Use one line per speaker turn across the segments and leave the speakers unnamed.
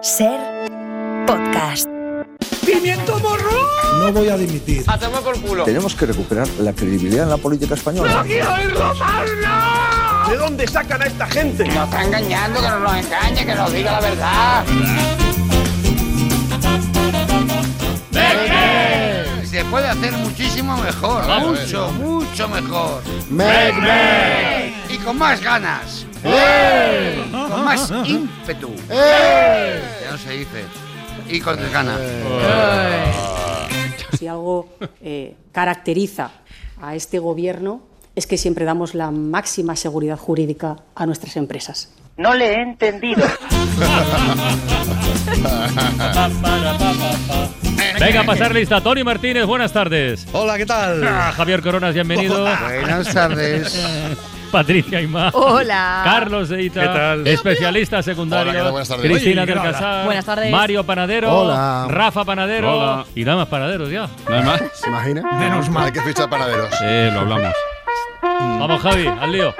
Ser podcast.
¡Pimiento morro!
No voy a dimitir.
¡A tomar por culo!
Tenemos que recuperar la credibilidad en la política española.
¡No quiero oírlo más, no!
¿De dónde sacan a esta gente?
Nos está engañando, que no nos engañe, que nos diga la verdad.
Se puede hacer muchísimo mejor, ¿eh? mucho, mucho mejor. Y con más ganas. Con más ímpetu. Ya no se dice. Y con más ganas.
si algo eh, caracteriza a este gobierno es que siempre damos la máxima seguridad jurídica a nuestras empresas.
No le he entendido.
Venga, a pasar lista. Tony Martínez, buenas tardes.
Hola, ¿qué tal?
Ah, Javier Coronas, bienvenido.
Buenas tardes.
Patricia Aymar.
Hola.
Carlos Deita.
¿Qué tal?
Especialista
Hola, ¿qué
secundario.
tal? Buenas tardes.
Cristina
Oye,
del
hola.
Casal.
Buenas tardes.
Mario Panadero.
Hola.
Rafa Panadero.
Hola.
Y damas panaderos ya.
¿Se imagina? Menos mal. Hay que fichar panaderos.
Sí, Eh, lo hablamos. Vamos, Javi, al lío.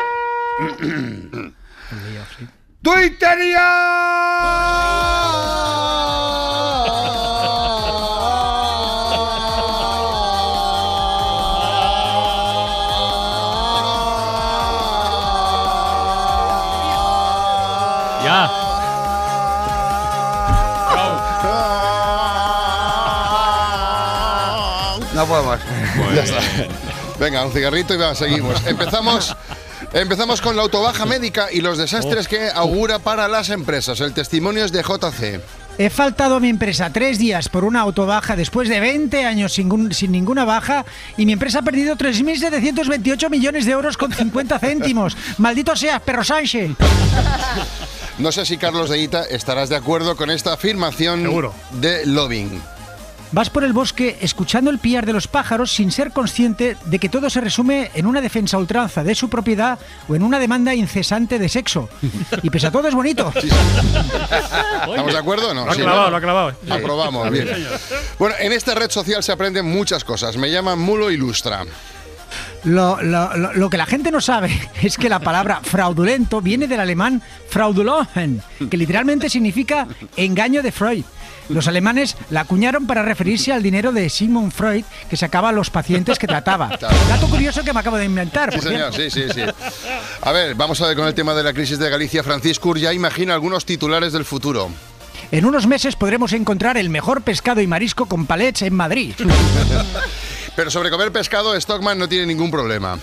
Ya.
No puedo más.
Ya está. Venga, un cigarrito y va, seguimos. Empezamos. Empezamos con la autobaja médica y los desastres
Oh.
que augura para las empresas. El testimonio es de JC.
He faltado a mi empresa tres días por una autobaja después de 20 años sin, gun- sin ninguna baja y mi empresa ha perdido 3.728 millones de euros con 50 céntimos. Maldito seas, perro Sánchez.
No sé si Carlos de Ita estarás de acuerdo con esta afirmación
Seguro.
de Loving.
Vas por el bosque escuchando el piar de los pájaros sin ser consciente de que todo se resume en una defensa a ultranza de su propiedad o en una demanda incesante de sexo. Y pese a todo es bonito.
¿Estamos de acuerdo o no?
Lo ha
Sí,
clavado,
¿no?
lo ha clavado. eh.
Aprobamos, bien. Bueno, en esta red social se aprenden muchas cosas. Me llaman Mulo Ilustra.
Lo, lo- lo- lo que la gente no sabe es que la palabra fraudulento viene del alemán fraudulogen, que literalmente significa engaño de Freud. Los alemanes la acuñaron para referirse al dinero de Sigmund Freud que sacaba a los pacientes que trataba. Dato curioso que me acabo de inventar.
Sí,
por cierto.
señor, sí, sí, sí. A ver, vamos a ver con el tema de la crisis de Galicia. Francisco ya imagina algunos titulares del futuro.
En unos meses podremos encontrar el mejor pescado y marisco con palets en Madrid.
Pero sobre comer pescado, Stockman no tiene ningún problema.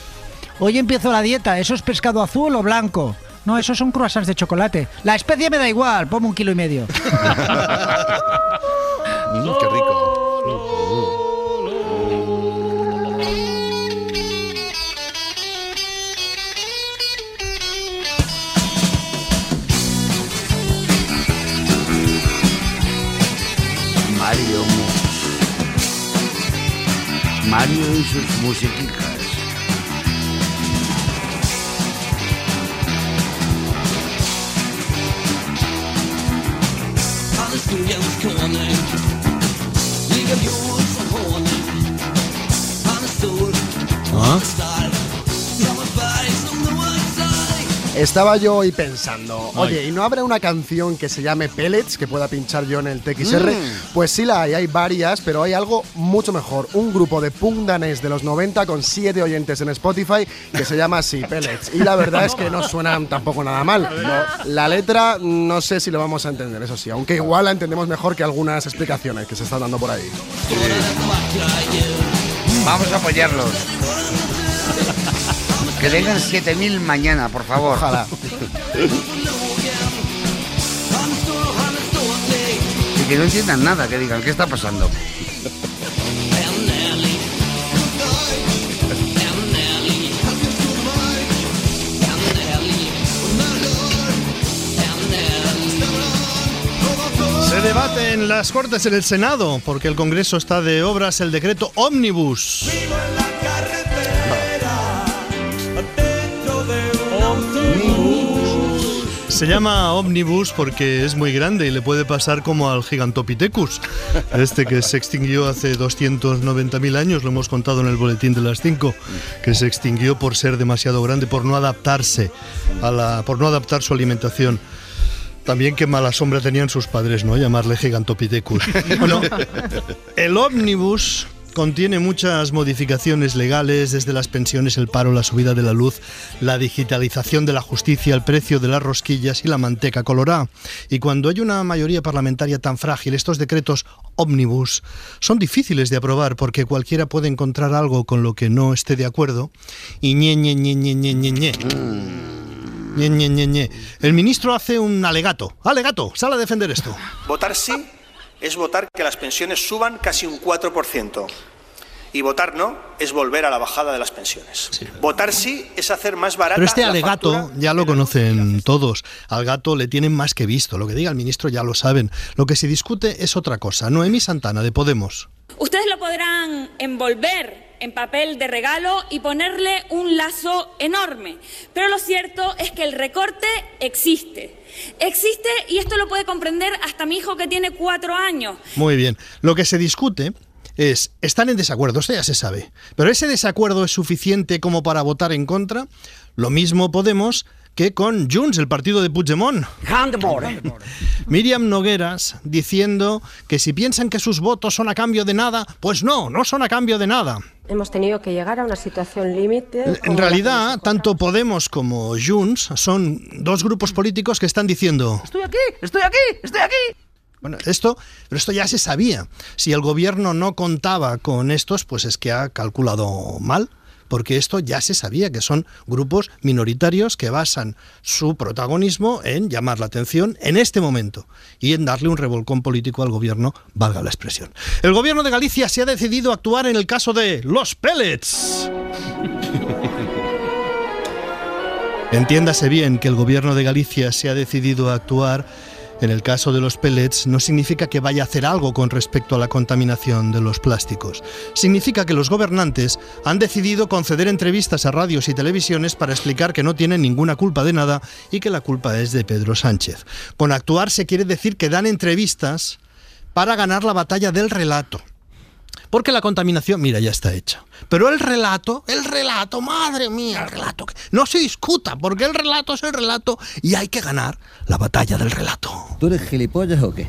Hoy empiezo la dieta. ¿Eso es pescado azul o blanco? No, esos son croissants de chocolate. La especie me da igual, pongo un kilo y medio.
Mm, qué rico.
Mario Mu. Mario y sus musiquicas.
Ah.
Estaba yo hoy pensando, oye, ¿y no habrá una canción que se llame Pellets que pueda pinchar yo en el TXR?
Mm.
Pues sí la hay, hay varias, pero hay algo mucho mejor. Un grupo de punk danés de los 90 con 7 oyentes en Spotify que se llama así, Pellets. Y la verdad es que no suenan tampoco nada mal. La letra no sé si lo vamos a entender, eso sí, aunque igual la entendemos mejor que algunas explicaciones que se están dando por ahí.
Vamos a apoyarlos. Que tengan 7000 mañana, por favor.
Ojalá.
Y que no entiendan nada, que digan, ¿qué está pasando?
Se debate en las Cortes, en el Senado, porque el Congreso está de obras el decreto Omnibus. Se llama Omnibus porque es muy grande y le puede pasar como al Gigantopithecus, este que se extinguió hace 290.000 años, lo hemos contado en el boletín de las 5, que se extinguió por ser demasiado grande, por no adaptarse a la por no adaptar su alimentación También qué mala sombra tenían sus padres, ¿no? Llamarle Gigantopithecus. bueno, el ómnibus contiene muchas modificaciones legales, desde las pensiones, el paro, la subida de la luz, la digitalización de la justicia, el precio de las rosquillas y la manteca colorada. Y cuando hay una mayoría parlamentaria tan frágil, estos decretos ómnibus son difíciles de aprobar porque cualquiera puede encontrar algo con lo que no esté de acuerdo y ñe, ñe, ñe, ñe, ñe, ñe, ñe. Ñe, Ñe, Ñe, Ñe. El ministro hace un alegato. Alegato, sal a defender esto.
Votar sí es votar que las pensiones suban casi un 4%. Y votar no es volver a la bajada de las pensiones. Votar sí es hacer más barata.
Pero este
la
alegato ya lo conocen todos. Al gato le tienen más que visto. Lo que diga el ministro ya lo saben. Lo que se discute es otra cosa. Noemí Santana, de Podemos.
Ustedes lo podrán envolver en papel de regalo y ponerle un lazo enorme. Pero lo cierto es que el recorte existe. Existe y esto lo puede comprender hasta mi hijo que tiene cuatro años.
Muy bien. Lo que se discute es, están en desacuerdo, esto ya se sabe. Pero ese desacuerdo es suficiente como para votar en contra. Lo mismo Podemos que con Junts, el partido de Puigdemont. Miriam Nogueras diciendo que si piensan que sus votos son a cambio de nada, pues no, no son a cambio de nada.
Hemos tenido que llegar a una situación límite.
En realidad, tanto Podemos como Junts son dos grupos políticos que están diciendo
Estoy aquí, estoy aquí, estoy aquí.
Bueno, esto, pero esto ya se sabía. Si el gobierno no contaba con estos, pues es que ha calculado mal, porque esto ya se sabía que son grupos minoritarios que basan su protagonismo en llamar la atención en este momento y en darle un revolcón político al gobierno, valga la expresión. El gobierno de Galicia se ha decidido actuar en el caso de los pellets. Entiéndase bien que el gobierno de Galicia se ha decidido a actuar en el caso de los pellets no significa que vaya a hacer algo con respecto a la contaminación de los plásticos. Significa que los gobernantes han decidido conceder entrevistas a radios y televisiones para explicar que no tienen ninguna culpa de nada y que la culpa es de Pedro Sánchez. Con actuar se quiere decir que dan entrevistas para ganar la batalla del relato. Porque la contaminación, mira, ya está hecha. Pero el relato, el relato, madre mía, el relato, no se discuta, porque el relato es el relato y hay que ganar la batalla del relato.
¿Tú eres gilipollas o qué?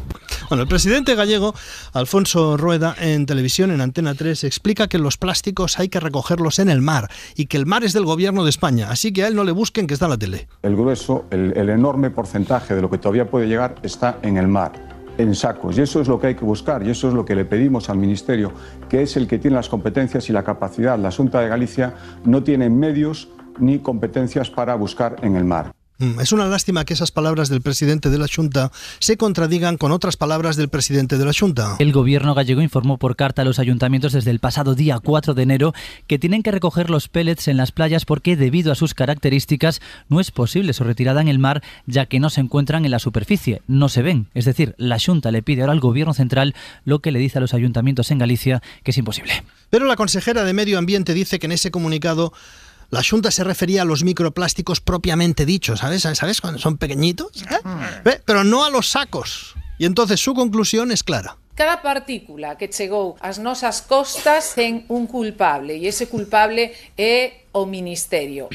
Bueno, el presidente gallego, Alfonso Rueda, en televisión, en Antena 3, explica que los plásticos hay que recogerlos en el mar y que el mar es del gobierno de España, así que a él no le busquen que está en la tele.
El grueso, el, el enorme porcentaje de lo que todavía puede llegar está en el mar en sacos. Y eso es lo que hay que buscar y eso es lo que le pedimos al Ministerio, que es el que tiene las competencias y la capacidad. La Junta de Galicia no tiene medios ni competencias para buscar en el mar.
Mm, Es una lástima que esas palabras del presidente de la Junta se contradigan con otras palabras del presidente de la Junta.
El gobierno gallego informó por carta a los ayuntamientos desde el pasado día 4 de enero que tienen que recoger los pellets en las playas porque debido a sus características no es posible su retirada en el mar ya que no se encuentran en la superficie, no se ven. Es decir, la Junta le pide ahora al gobierno central lo que le dice a los ayuntamientos en Galicia que es imposible.
Pero la consejera de Medio Ambiente dice que en ese comunicado la Junta se refería a los microplásticos propiamente dichos, ¿sabes? ¿Sabes? ¿Sabes? Cuando son pequeñitos, ¿eh? Ve, pero no a los sacos. Y entonces su conclusión es clara.
Cada partícula que chegou ás nosas costas ten un culpable e ese culpable é o Ministerio.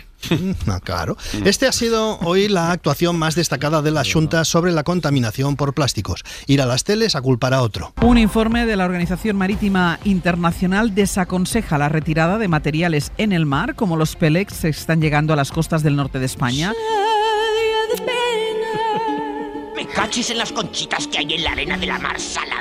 Ah, claro. Este ha sido hoy la actuación más destacada de la Junta sobre la contaminación por plásticos. Ir a las teles a culpar a otro.
Un informe de la Organización Marítima Internacional desaconseja la retirada de materiales en el mar, como los pellets que están llegando a las costas del norte de España.
Me cachis en las conchitas que hay en la arena de la mar salada.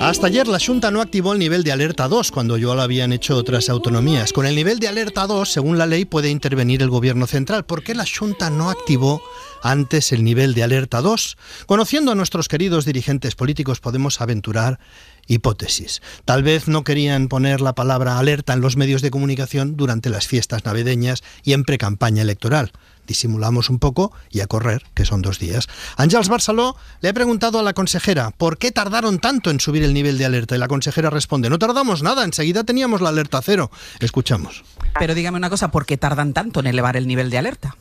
Hasta ayer la Junta no activó el nivel de alerta 2 cuando ya lo habían hecho otras autonomías. Con el nivel de alerta 2, según la ley, puede intervenir el gobierno central. ¿Por qué la Junta no activó antes el nivel de alerta 2? Conociendo a nuestros queridos dirigentes políticos podemos aventurar hipótesis. Tal vez no querían poner la palabra alerta en los medios de comunicación durante las fiestas navideñas y en precampaña electoral. Disimulamos un poco y a correr, que son dos días. Ángels Barceló le ha preguntado a la consejera por qué tardaron tanto en subir el nivel de alerta y la consejera responde, no tardamos nada, enseguida teníamos la alerta cero. Escuchamos.
Pero dígame una cosa, ¿por qué tardan tanto en elevar el nivel de alerta?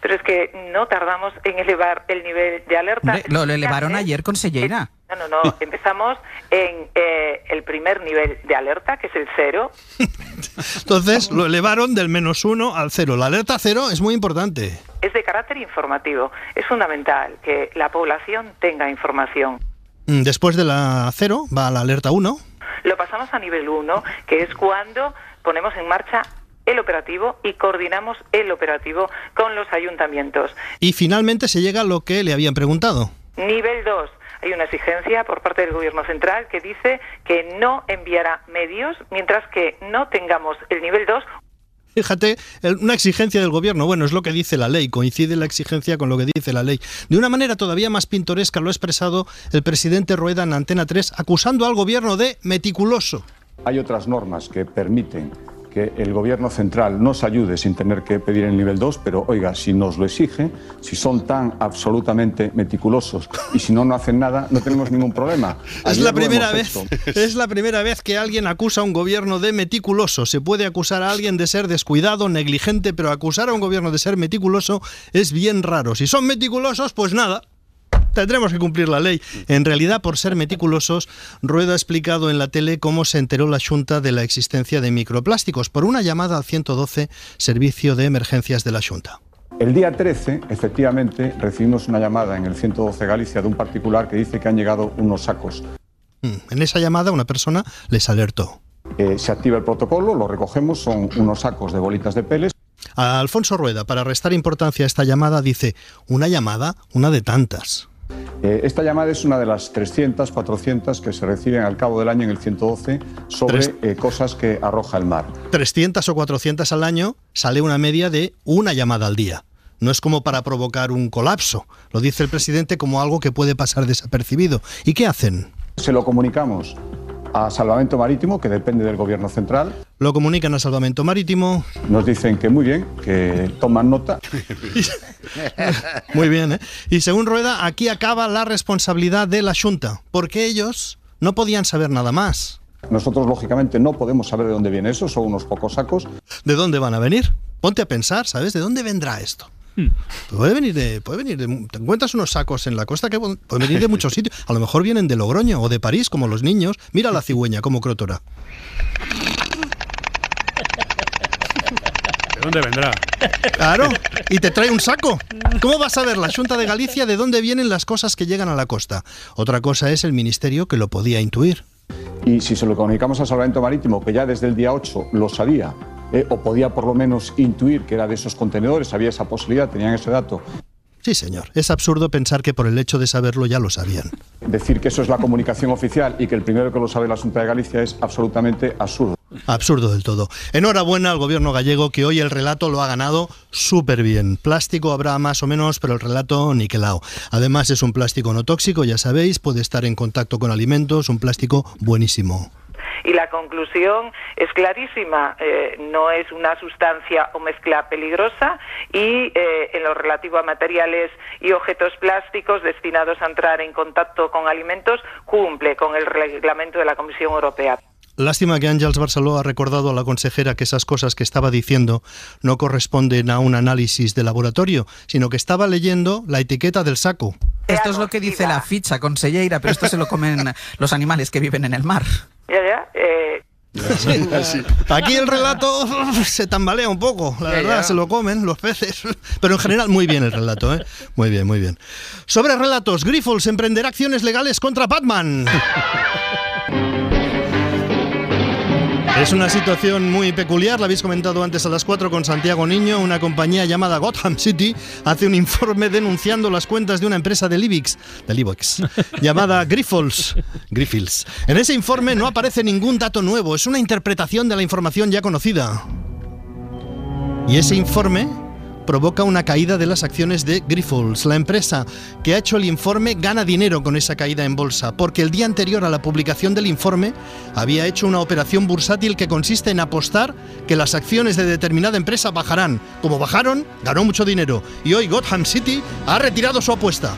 Pero es que no tardamos en elevar el nivel de alerta.
Hombre, Lo, lo elevaron ayer, consellera.
No, no, no. Empezamos en eh, el primer nivel de alerta, que es el cero.
Entonces lo elevaron del menos uno al cero. La alerta cero es muy importante.
Es de carácter informativo. Es fundamental que la población tenga información.
Mm, Después de la cero va la alerta uno.
Lo pasamos a nivel 1, que es cuando ponemos en marcha el operativo y coordinamos el operativo con los ayuntamientos.
Y finalmente se llega a lo que le habían preguntado.
Nivel 2. Hay una exigencia por parte del Gobierno Central que dice que no enviará medios mientras que no tengamos el nivel 2.
Fíjate, el- una exigencia del gobierno, bueno, es lo que dice la ley, coincide la exigencia con lo que dice la ley. De una manera todavía más pintoresca lo ha expresado el presidente Rueda en Antena 3, acusando al gobierno de meticuloso.
Hay otras normas que permiten que el gobierno central nos ayude sin tener que pedir el nivel 2, pero oiga, si nos lo exige, si son tan absolutamente meticulosos y si no, no hacen nada, no tenemos ningún problema.
Es
Ayer
la
lo
primera
hemos
vez,
hecho.
es la primera vez que alguien acusa a un gobierno de meticuloso. Se puede acusar a alguien de ser descuidado, negligente, pero acusar a un gobierno de ser meticuloso es bien raro. Si son meticulosos, pues nada. Tendremos que cumplir la ley. En realidad, por ser meticulosos, Rueda ha explicado en la tele cómo se enteró la Junta de la existencia de microplásticos por una llamada al 112, Servicio de Emergencias de la Junta.
El día 13, efectivamente, recibimos una llamada en el 112 Galicia de un particular que dice que han llegado unos sacos.
Hmm, En esa llamada, una persona les alertó.
Eh, se activa el protocolo, lo recogemos, son unos sacos de bolitas de peles.
A Alfonso Rueda, para restar importancia a esta llamada, dice, una llamada, una de tantas.
Eh, esta llamada es una de las 300, 400 que se reciben al cabo del año en el 112 sobre
Tres-
eh, cosas que arroja el mar.
300 o 400 al año sale una media de una llamada al día. No es como para provocar un colapso. Lo dice el presidente como algo que puede pasar desapercibido. ¿Y qué hacen?
Se lo comunicamos a Salvamento Marítimo, que depende del Gobierno Central.
Lo comunican a Salvamento Marítimo.
Nos dicen que muy bien, que toman nota.
Muy bien, ¿eh? Y según Rueda, aquí acaba la responsabilidad de la Junta, porque ellos no podían saber nada más.
Nosotros, lógicamente, no podemos saber de dónde viene eso, son unos pocos sacos.
¿De dónde van a venir? Ponte a pensar, ¿sabes? ¿De dónde vendrá esto? Puede venir de. Puede venir de- te encuentras unos sacos en la costa que pon- pueden venir de muchos sitios. A lo mejor vienen de Logroño o de París, como los niños. Mira la cigüeña, como crotora.
¿De dónde vendrá?
Claro, y te trae un saco. ¿Cómo vas a ver la Junta de Galicia de dónde vienen las cosas que llegan a la costa? Otra cosa es el ministerio que lo podía intuir.
Y si se lo comunicamos a Salvamento Marítimo, que ya desde el día 8 lo sabía, eh, o podía por lo menos intuir que era de esos contenedores, había esa posibilidad, tenían ese dato,
Sí, señor. Es absurdo pensar que por el hecho de saberlo ya lo sabían.
decir que eso es la comunicación oficial y que el primero que lo sabe la Junta de Galicia es absolutamente absurdo.
Absurdo del todo. Enhorabuena al gobierno gallego que hoy el relato lo ha ganado súper bien. Plástico habrá más o menos, pero el relato niquelado. Además es un plástico no tóxico, ya sabéis, puede estar en contacto con alimentos, un plástico buenísimo.
Y la conclusión es clarísima, eh, no es una sustancia o mezcla peligrosa y eh, en lo relativo a materiales y objetos plásticos destinados a entrar en contacto con alimentos cumple con el reglamento de la Comisión Europea.
Lástima que Ángels Barceló ha recordado a la consejera que esas cosas que estaba diciendo no corresponden a un análisis de laboratorio, sino que estaba leyendo la etiqueta del saco.
Esto es lo que dice la ficha, conselleira, pero esto se lo comen los animales que viven en el mar.
Ya, ya, eh,
Aquí el relato se tambalea un poco, la
Ya,
verdad,
ya.
se lo comen los peces. Pero en general, muy bien el relato, ¿eh? Muy bien, muy bien. Sobre relatos, Grifols emprenderá acciones legales contra Batman. Es una situación muy peculiar, la habéis comentado antes a las 4 con Santiago Niño. Una compañía llamada Gotham City hace un informe denunciando las cuentas de una empresa del IBEX, del Ibex, llamada Grifols. Griffiths. En ese informe no aparece ningún dato nuevo, es una interpretación de la información ya conocida. Y ese informe provoca una caída de las acciones de Grifols. La empresa que ha hecho el informe gana dinero con esa caída en bolsa, porque el día anterior a la publicación del informe había hecho una operación bursátil que consiste en apostar que las acciones de determinada empresa bajarán. Como bajaron, ganó mucho dinero. Y hoy Gotham City ha retirado su apuesta.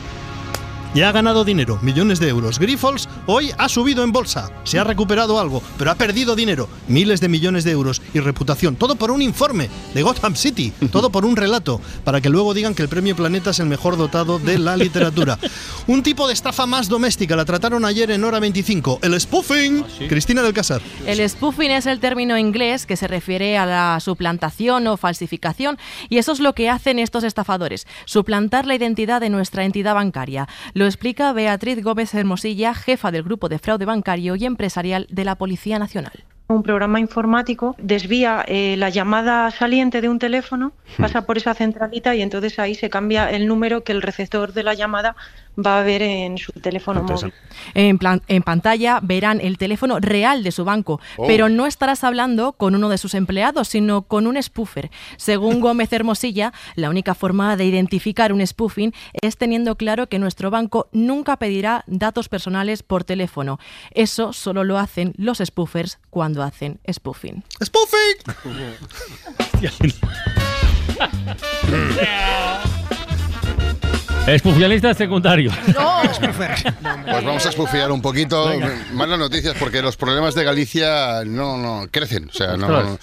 Ya ha ganado dinero, millones de euros. Grifols hoy ha subido en bolsa, se ha recuperado algo, pero ha perdido dinero, miles de millones de euros y reputación. Todo por un informe de Gotham City, todo por un relato, para que luego digan que el premio Planeta es el mejor dotado de la literatura. Un tipo de estafa más doméstica, la trataron ayer en hora 25, el spoofing. Cristina del Casar.
El spoofing es el término inglés que se refiere a la suplantación o falsificación y eso es lo que hacen estos estafadores, suplantar la identidad de nuestra entidad bancaria. Lo explica Beatriz Gómez Hermosilla, jefa del grupo de fraude bancario y empresarial de la Policía Nacional.
Un programa informático desvía eh, la llamada saliente de un teléfono, pasa por esa centralita y entonces ahí se cambia el número que el receptor de la llamada va a ver en su teléfono móvil.
En, plan- en pantalla verán el teléfono real de su banco,
Oh.
pero no estarás hablando con uno de sus empleados, sino con un spoofer. Según Gómez Hermosilla, la única forma de identificar un spoofing es teniendo claro que nuestro banco nunca pedirá datos personales por teléfono. Eso solo lo hacen los spoofers cuando hacen spoofing.
Espufialistas secundarios.
Pues vamos a espufiar un poquito.
Venga.
Malas noticias porque los problemas de Galicia no, no crecen. O sea, no-
Ostras.
no-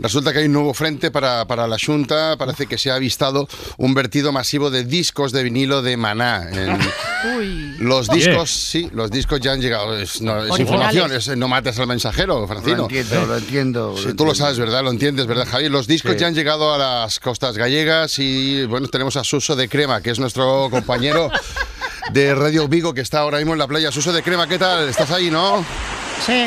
Resulta que hay un nuevo frente para, para la Junta. Parece que se ha avistado un vertido masivo de discos de vinilo de Maná. En- Los
Oye.
discos, sí, los discos ya han llegado. Es, no, es
Originales.
información, es- no mates al mensajero, Francino.
Lo entiendo, lo entiendo.
Sí, tú lo sabes, ¿verdad? Lo entiendes, ¿verdad, Javi? Los discos
Sí.
ya han llegado a las costas gallegas y, bueno, tenemos a Suso de Crema, que es nuestro compañero de Radio Vigo, que está ahora mismo en la playa. Suso de Crema, ¿qué tal? ¿Estás ahí, no?
Sí.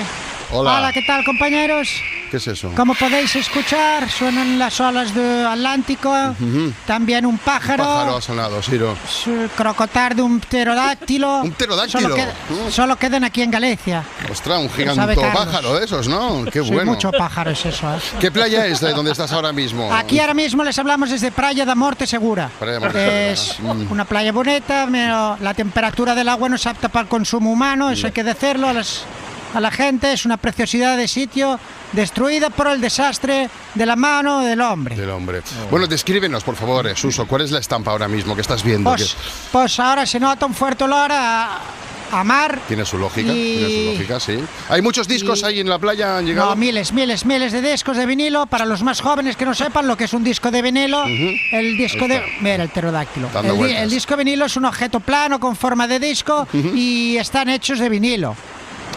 Hola.
¿qué tal, compañeros?
¿Qué es eso?
Como podéis escuchar, suenan las olas del Atlántico,
Ujú.
también un pájaro,
Pájaro ha sonado, Ciro.
es el crocotar de un pterodáctilo.
Un pterodáctilo. Mm.
Solo, queda- solo quedan aquí en Galicia.
Ostras, un
Lo sabe
giganto
Carlos.
pájaro de esos, ¿no? Qué
Sí,
bueno.
mucho pájaro es eso. ¿eh?
¿Qué playa es de donde estás ahora mismo?
Aquí ahora mismo les hablamos desde Praia da Morte Segura.
Praia da Morte Segura.
es
Mm.
una playa bonita, pero la temperatura del agua no es apta para el consumo humano, eso hay que decirlo a, las- a la gente. Es una preciosidad de sitio destruida por el desastre de la mano del hombre.
Del hombre.
Oh.
Bueno, descríbenos, por favor, eh, Suso, ¿cuál es la estampa ahora mismo que estás viendo?
Pues, pues ahora se nota un fuerte olor a, a mar.
Que tiene su lógica,
Y-
tiene su lógica, sí. Hay muchos discos ahí en la playa, han llegado.
No, miles, miles, miles de discos de vinilo. Para los más jóvenes que no sepan lo que es un disco de vinilo, el disco
Ahí
de.
está.
Mira, el pterodáctilo.
Dando
El, di-
vueltas.
el disco de vinilo es un objeto plano con forma de disco y están hechos de vinilo.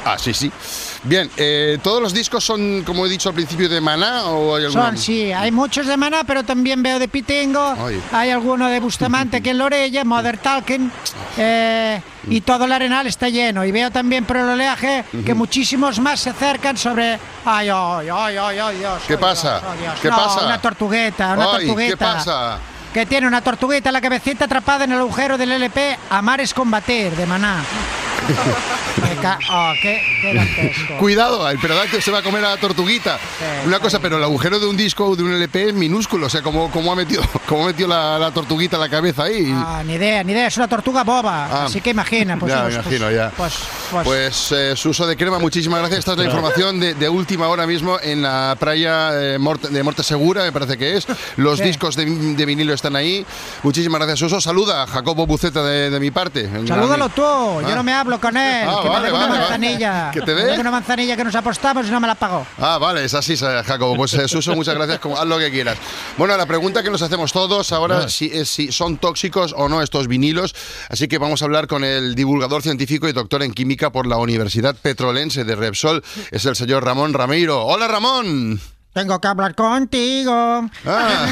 Ah, sí, sí. Bien, eh, ¿todos los discos son, como he dicho al principio, de Maná o hay alguna?
Son, sí, hay muchos de Maná, pero también veo de Pitengo,
Ay.
hay alguno de Bustamante que en Lorella, Mother Talking, eh, y todo el arenal está lleno. Y veo también por el oleaje que
Ujú.
muchísimos más se acercan sobre... Ay, ay, ay, ay, ay, Dios.
¿Qué
ay,
pasa?
Oh, Dios, ay, Dios.
¿Qué
No,
pasa?
Una tortugueta, una
Ay,
tortugueta.
¿Qué pasa?
Que tiene una tortugueta en la cabecita atrapada en el agujero del LP Amar es combatir, de Maná. Me ca- oh, qué, qué dantesco.
Cuidado, el pterodáctilo se va a comer a la tortuguita. Una cosa, pero el agujero de un disco o de un LP es minúsculo, o sea, ¿cómo, cómo ha metido, cómo ha metido la, la tortuguita en la cabeza ahí?
Ah, ni idea, ni idea, es una tortuga boba.
Ah.
Así que imagina, pues.
ya, me
pues,
imagino, ya.
Pues, pues,
Pues eh, Suso de Crema, muchísimas gracias. Esta es la
Claro.
información de, de última hora mismo en la playa eh, Morte- de Morte Segura, me parece que es. Los
Sí.
discos de, de vinilo están ahí. Muchísimas gracias, Suso. Saluda a Jacobo Buceta de, de mi parte.
Salúdalo tú, yo no me hablo con él.
Ah,
que
vale,
me debe una
vale, vale.
manzanilla.
¿Que te
Me
dé?
debe una manzanilla que nos apostamos y no me la pagó.
Ah, vale, es así, sa- Jacobo. Pues eh, Suso, muchas gracias. Como, haz lo que quieras. Bueno, la pregunta que nos hacemos todos ahora si, es si son tóxicos o no estos vinilos. Así que vamos a hablar con el divulgador científico y doctor en química por la Universidad Petrolense de Repsol. Es el señor Ramón Ramiro. Hola, Ramón.
Tengo que hablar contigo.
Ah,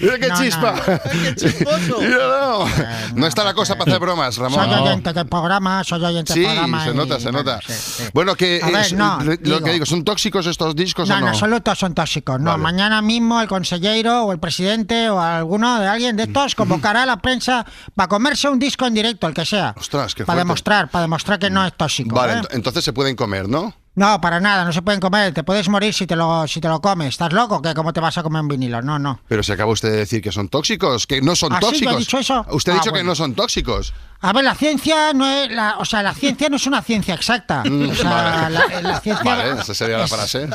Mira qué
No, no,
chispa. Qué chisposo. no. No está la cosa para hacer bromas, Ramón.
Soy oyente del programa, soy oyente
Sí,
del este programa.
se
y-
nota, se
bueno,
nota.
sí, sí.
Bueno, que
A ver,
es-
no,
lo
digo.
que digo, ¿son tóxicos estos discos
No,
o
en
no?
absoluto son tóxicos. No, mañana mismo el consejero o el presidente o alguno de alguien de estos convocará a la prensa para comerse un disco en directo, el que sea.
Ostras, qué
Para
fuerte.
demostrar, para demostrar que no es tóxico.
Vale,
¿eh?
ent- entonces se pueden comer, ¿no?
No, para nada, no se pueden comer. Te puedes morir si te lo, si te lo comes. ¿Estás loco? ¿Qué? ¿Cómo te vas a comer un vinilo? No, no.
Pero se acaba usted de decir que son tóxicos, que no son
¿Ah, sí? ¿Yo he
tóxicos.
dicho eso?
Usted ha
Ah,
dicho que
bueno.
no son tóxicos.
A ver, la ciencia no es, la, o sea, la ciencia no es una ciencia exacta. O sea,
Mm, vale.
la- la ciencia
Vale, esa sería la
es-
frase.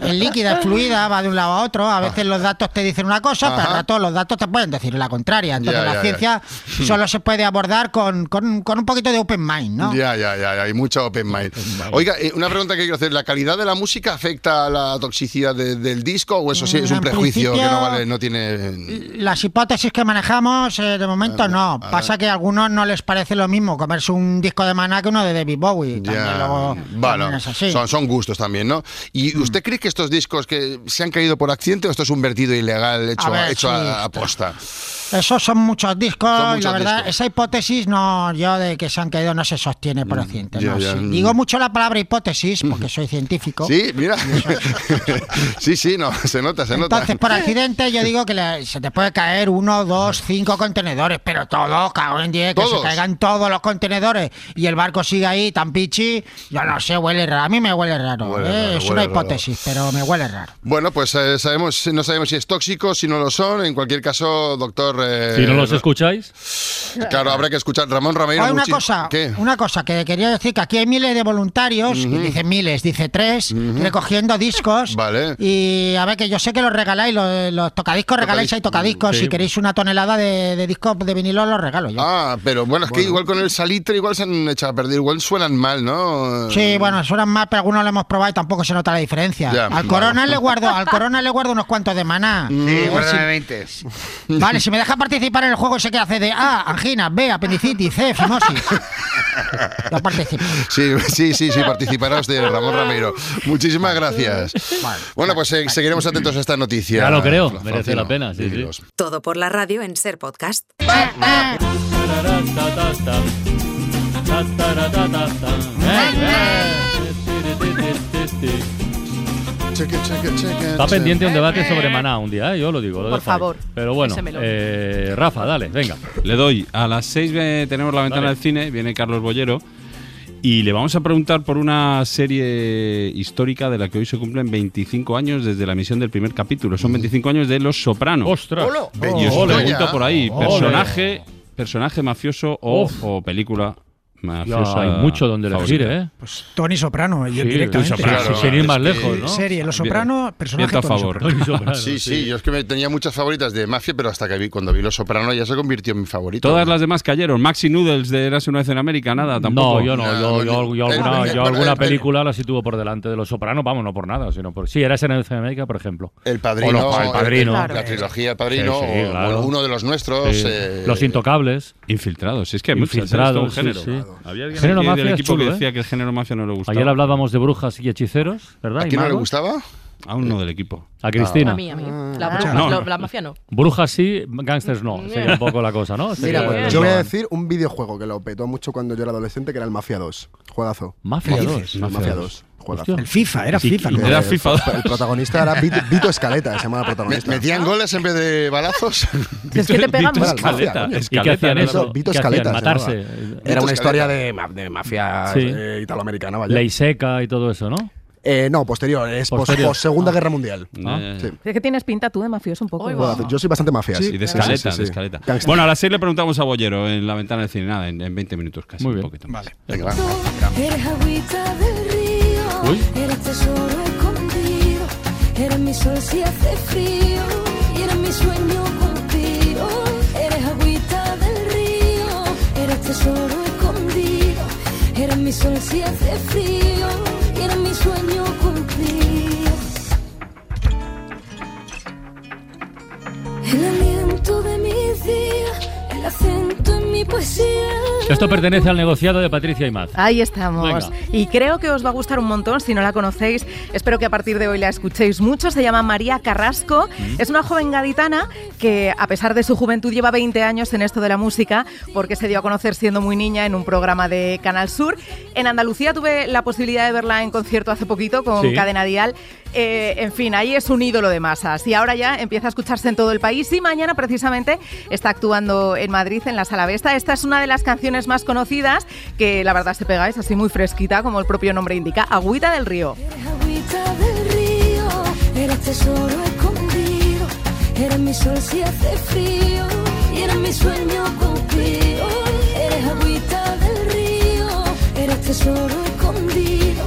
es líquida, es fluida, va de un lado a otro. A veces los datos te dicen una cosa, pero al rato los datos te pueden decir la contraria. Entonces
Ya,
la
ya, Hmm. ya.
ciencia solo se puede abordar con, con- con un poquito de open mind, ¿no?
Ya, ya, ya, ya, hay mucha open mind. Oiga, eh, una pregunta que quiero hacer, ¿la calidad de la música afecta a la toxicidad de- del disco o eso sí es un
En
prejuicio que no
principio-
vale, no tiene...
Las hipótesis que manejamos, eh, de momento no. Pasa que a algunos no les parece lo mismo comerse un disco de maná que uno de David Bowie. También luego-
Bueno,
también es así. Mm.
son, son gustos también, ¿no? ¿Y usted cree que estos discos que se han caído por accidente o esto es un vertido ilegal hecho
A
a,
ver,
hecho
sí.
a- a posta?
Esos son muchos discos
Son muchos
y la verdad,
discos.
esa hipótesis no, yo de que se han caído no se sostiene por accidente.
Mm, ya,
no,
ya.
sí. Digo mucho la palabra hipótesis porque soy científico.
Sí, mira. sí, sí, no, se nota, se nota.
Entonces, por accidente, yo digo que le- se te puede caer uno, dos, cinco contenedores, pero todos, cago en diez, que
Todos.
se caigan todos los contenedores y el barco sigue ahí tan pichi, yo no sé, huele raro. A mí me huele raro.
Huele
¿eh?
raro,
es
huele
una
raro.
hipótesis, pero me huele raro.
Bueno, pues eh, sabemos, no sabemos si es tóxico, si no lo son. En cualquier caso, doctor. eh,
Si no los escucháis.
Claro, habrá que escuchar. Ramón Ramiro.
Oye, una
muchi-
cosa,
¿Qué?
una cosa que quería decir que aquí hay miles de voluntarios, y dice miles, dice tres, recogiendo discos. Y a ver que yo sé que los regaláis, los, los tocadiscos regaláis,
Tocadis-
hay tocadiscos.
sí.
Si queréis una tonelada de, de discos de vinilo los regalo yo.
Ah, pero bueno, es que igual con el salitre igual se han echado a perder, igual suenan mal, ¿no?
Sí, bueno, suenan más, pero algunos lo hemos probado y tampoco se nota la diferencia.
Ya,
al
vale.
corona le guardo, al corona le guardo unos cuantos de maná. A
Mm.
ver
Sí,
si-
guárdame 20.
Vale, si me deja participar en el juego, sé que hace de A, angina, B, apendicitis, C, fimosis. No participo.
Sí, sí, sí, sí, participará usted, Ramón Ramiro. Muchísimas gracias. bueno, pues eh, seguiremos atentos a esta noticia.
Ya lo creo,
Francino.
merece la pena. Sí, sí.
Todo por la radio en Ser Podcast.
Eh.
Cheque, cheque, cheque,
Está
cheque.
pendiente un debate sobre Maná un día, ¿eh? yo lo digo. lo
Por
dejo ahí.
favor,
Pero bueno,
ese melón.
eh, Rafa, dale, venga.
Le doy. A las 6 tenemos la ventana
Dale.
del cine, viene Carlos Bollero. Y le vamos a preguntar por una serie histórica de la que hoy se cumplen 25 años desde la emisión del primer capítulo. Son 25 años de Los Sopranos.
Mm. ¡Ostras!
Y os
Ole.
pregunto por ahí,
Ole.
personaje, personaje mafioso o,
Uf.
o película mafiosa.
hay mucho donde elegir,
favorita.
¿eh?
Pues Tony Soprano,
eh,
yo
Sí,
directamente.
Tony Soprano,
Sí, sin ir más
es que-
lejos, ¿no?
Serie, Los Soprano, personaje
Viento
Tony Soprano.
sí, sí, yo es que me tenía muchas favoritas de Mafia, pero hasta que vi, cuando vi Los Soprano ya se convirtió en mi favorito.
Todas las demás cayeron. Maxi Noodles de Eras una vez en América, nada, tampoco.
No, yo no, yo, yo- yo
Eh,
alguna,
eh,
yo
eh,
alguna
eh,
película la sitúo por delante de Los Sopranos, vamos, no por nada, sino por... Sí, era esa en el América, por ejemplo.
El Padrino, eh,
O los- el Padrino.
la trilogía El Padrino, o- bueno, uno de los nuestros, eh,
los Intocables.
Infiltrados, es que hay muchas,
Infiltrados,
¿sabes? Todo
sí,
un género.
sí.
Había alguien
Género
aquí
mafia
del
es
equipo
chulo,
que
¿eh?
decía que el género mafia no le gustaba.
Ayer hablábamos de brujas y hechiceros, ¿verdad?
¿A
¿Y
quién no le
magos?
gustaba?
A uno del equipo.
A Cristina.
A mí, a mí. La,
Ah.
bruja-
No,
la-
no.
la mafia no. Mm.
Brujas sí, gangsters no. Sería un poco la cosa, ¿no? Sería-
Mira, pues, yo voy a decir un videojuego que lo petó mucho cuando yo era adolescente, que era el Mafia 2. Juegazo.
Mafia
¿Qué
2,
dices?
Mafia
Mafia
2.
2.
Hostia.
Juegazo.
El FIFA, era Sí, FIFA, ¿no?
era
El-
FIFA
El, protagonista era Vito, Vito Escaleta, se llamaba el protagonista.
¿Metían goles en vez de balazos?
Es que te pegan Vito más.
Escaleta, Escaleta, ¿Y qué hacían eso?
Vito
¿Qué hacían?
Escaleta. se
Matarse.
llamaba.
Vito
Era una
Escaleta.
historia de, ma- de mafia
Sí.
eh, italoamericana, vaya.
Ley seca y todo eso, ¿no?
Eh, no, posterior, es pos-
Posterior.
pos- Segunda Guerra Mundial.
Ah, ya, ya.
Sí.
Es que tienes pinta tú de mafioso un poco.
Juegazo. Yo soy bastante mafia.
Y de escaleta, de escaleta. Bueno, a las 6 le preguntamos a Bollero en la ventana del cine, nada, en, en 20 minutos casi, un poquito más.
Eres agüita del río,
Uy.
eres tesoro escondido, eres mi sol si hace frío, y eres mi sueño contigo. Eres agüita del río, eres tesoro escondido, eres mi sol si hace frío, y eres mi sueño cumplido. El aliento de mis días, el acento en mi poesía.
Esto pertenece al negociado de Patricia Imaz.
Ahí estamos.
Venga.
Y creo que os va a gustar un montón si no la conocéis. Espero que a partir de hoy la escuchéis mucho. Se llama María Carrasco. Es una joven gaditana que, a pesar de su juventud, lleva 20 años en esto de la música porque se dio a conocer siendo muy niña en un programa de Canal Sur. En Andalucía tuve la posibilidad de verla en concierto hace poquito con
Sí.
Cadena Dial. Eh, en fin, ahí es un ídolo de masas. Y ahora ya empieza a escucharse en todo el país. Y mañana, precisamente, está actuando en Madrid, en la Sala Vesta. Esta es una de las canciones canciones más conocidas que la verdad se pega, es así muy fresquita, como el propio nombre indica, Agüita del Río.
agüita del río, eres tesoro escondido, eres mi sol si hace frío, y eres mi sueño cumplido, eres agüita del río, eres tesoro escondido,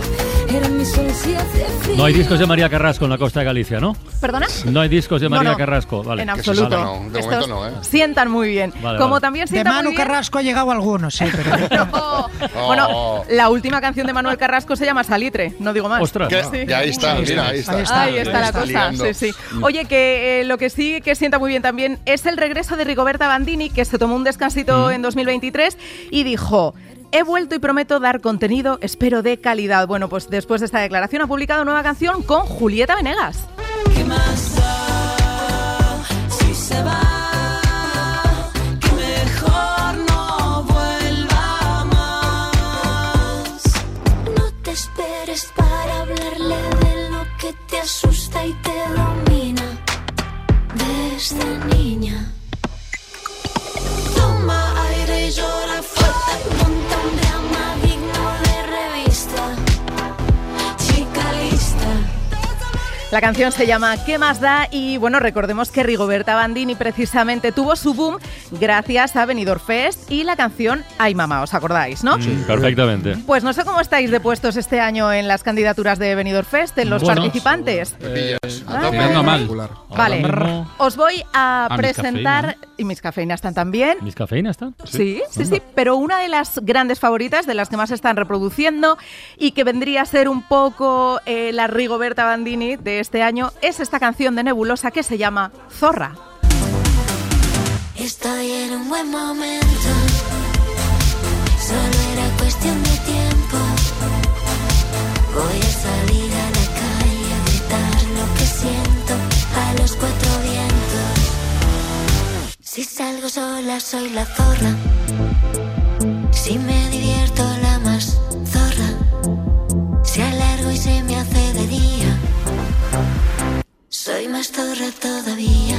eres mi sol si hace frío.
No hay discos de María Carrasco en la costa de Galicia, ¿no?
¿Perdona?
No hay discos de
No,
María
no.
Carrasco, vale.
En absoluto. Estos
¿eh?
Sientan muy bien.
Vale,
Como
vale.
también
De
sientan muy
Manu
bien-
Carrasco ha llegado alguno, sí, pero.
Bueno, la última canción de Manuel Carrasco se llama Salitre, no digo más.
Ostras. ¿Qué?
Ah, Sí.
Ya ahí está, mira, ahí está.
Ahí está la
Está
cosa,
liando. Mm.
sí, sí. Oye, que eh, lo que sí que sienta muy bien también es el regreso de Rigoberta Bandini, que se tomó un descansito
Mm.
en 2023 y dijo... He vuelto y prometo dar contenido, espero de calidad. Bueno, pues después de esta declaración ha publicado nueva canción con Julieta Venegas.
¿Qué más da si se va? Que mejor no vuelva más. No te esperes para hablarle de lo que te asusta y te domina de esta niña. Toma aire y llora fuerte, monta un drama digno de revista. Chica lista.
La canción se llama ¿Qué más da? Y bueno, recordemos que Rigoberta Bandini precisamente tuvo su boom gracias a Benidorm Fest y la canción Ay Mamá, ¿os acordáis, no?
Mm, perfectamente.
Pues no sé cómo estáis de puestos este año en las candidaturas de Benidorm Fest, en los
Bueno, eh,
participantes.
a tope.
Tirando a mal.
Vale,
Ahora
brr. os voy a,
A mis
presentar, y mis cafeínas están también,
¿Mis cafeínas están?
Sí, sí, sí, pero una de las grandes favoritas, de las que más se están reproduciendo y que vendría a ser un poco eh, la Rigoberta Bandini de este año, es esta canción de Nebulosa que se llama Zorra.
Estoy en un buen momento. Solo era cuestión de tiempo. Voy a salir a la calle a gritar lo que siento a los cuatro vientos. Si salgo sola, soy la zorra. Si me divierto, la más zorra. Si alargo y se me hace de día. Soy más zorra todavía.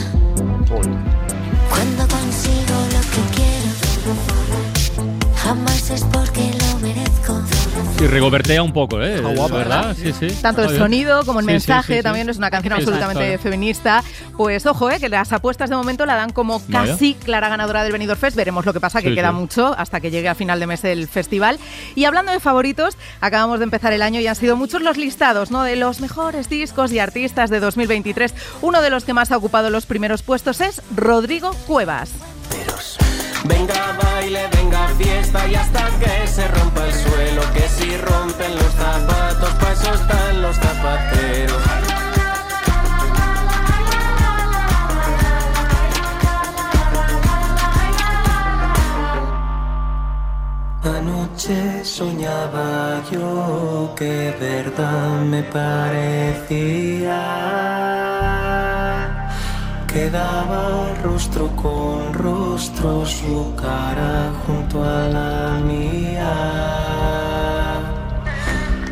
Cuando consigo lo que quiero, jamás es porque lo merezco.
Y regobertea un poco, ¿eh?
guapa,
¿Verdad? Sí, sí. Está
Tanto el
bien.
sonido como el
Sí, sí,
mensaje
sí, sí.
también es una canción
Sí, sí,
absolutamente
está
feminista. Pues ojo, eh, que las apuestas de momento la dan como
Vaya.
casi clara ganadora del Benidorm Fest. Veremos lo que pasa, que
Sí,
queda
sí.
mucho hasta que llegue a final de mes el festival. Y hablando de favoritos, acabamos de empezar el año y han sido muchos los listados, ¿no? De los mejores discos y artistas de 2023. Uno de los que más ha ocupado los primeros puestos es Rodrigo Cuevas.
Venga baile, venga fiesta y hasta que se rompa el suelo, que si rompen los zapatos, pa' eso están los zapateros. Anoche soñaba yo que verdad me parecía. Quedaba rostro con rostro su cara junto a la mía.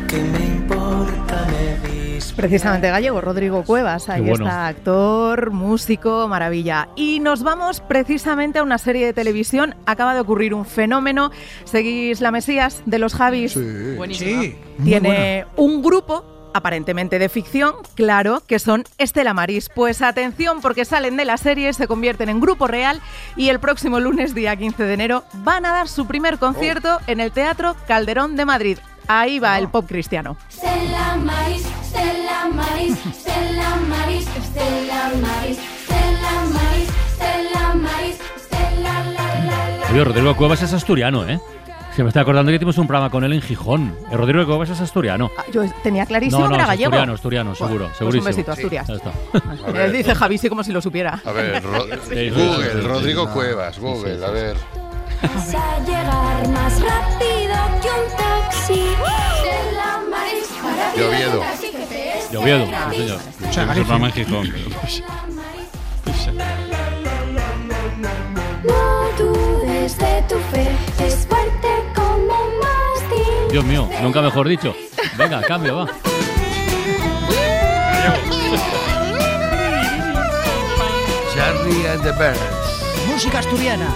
¿Qué me importa? Me dis-
Precisamente gallego, Rodrigo Cuevas, ahí
bueno.
está, actor, músico, maravilla. Y nos vamos precisamente a una serie de televisión. Acaba de ocurrir un fenómeno. ¿Seguís La Mesías de los Javis?
Buenísima. Sí, muy
Tiene un grupo aparentemente de ficción, claro, que son Estela Maris. Pues atención, porque salen de la serie, se convierten en grupo real y el próximo lunes, día 15 de enero, van a dar su primer concierto
Oh.
en el Teatro Calderón de Madrid. Ahí
Ah.
va el pop cristiano.
Stella Maris, Stella Maris, Stella Maris, Stella Maris, Stella Maris, Stella Maris, Stella la la la.
Oye, Rodrigo Cuevas es asturiano, ¿eh? Se me está acordando que tuvimos un programa con él en Gijón. El Rodrigo Cuevas es asturiano.
Yo tenía clarísimo
no,
que
no,
era
es
gallego.
asturiano, asturiano, seguro,
Pues
segurísimo.
un besito, Asturias.
Ya está.
A ver,
Él dice Javi, sí, como si lo supiera.
A ver, Ro- Google, Rodrigo Cuevas, Google, a ver.
Vas a llegar más rápido que un taxi. Stella Maris, para ti
De
la
Oviedo.
taxi que te espera
De Oviedo,
gratis.
sí, señor.
O
Sí,
sea,
es el programa en Gijón.
No dudes de tu fe, es fuerte como un mástil.
Dios mío, nunca mejor dicho. Venga, cambio, va.
Charlie and the Bears.
Música asturiana.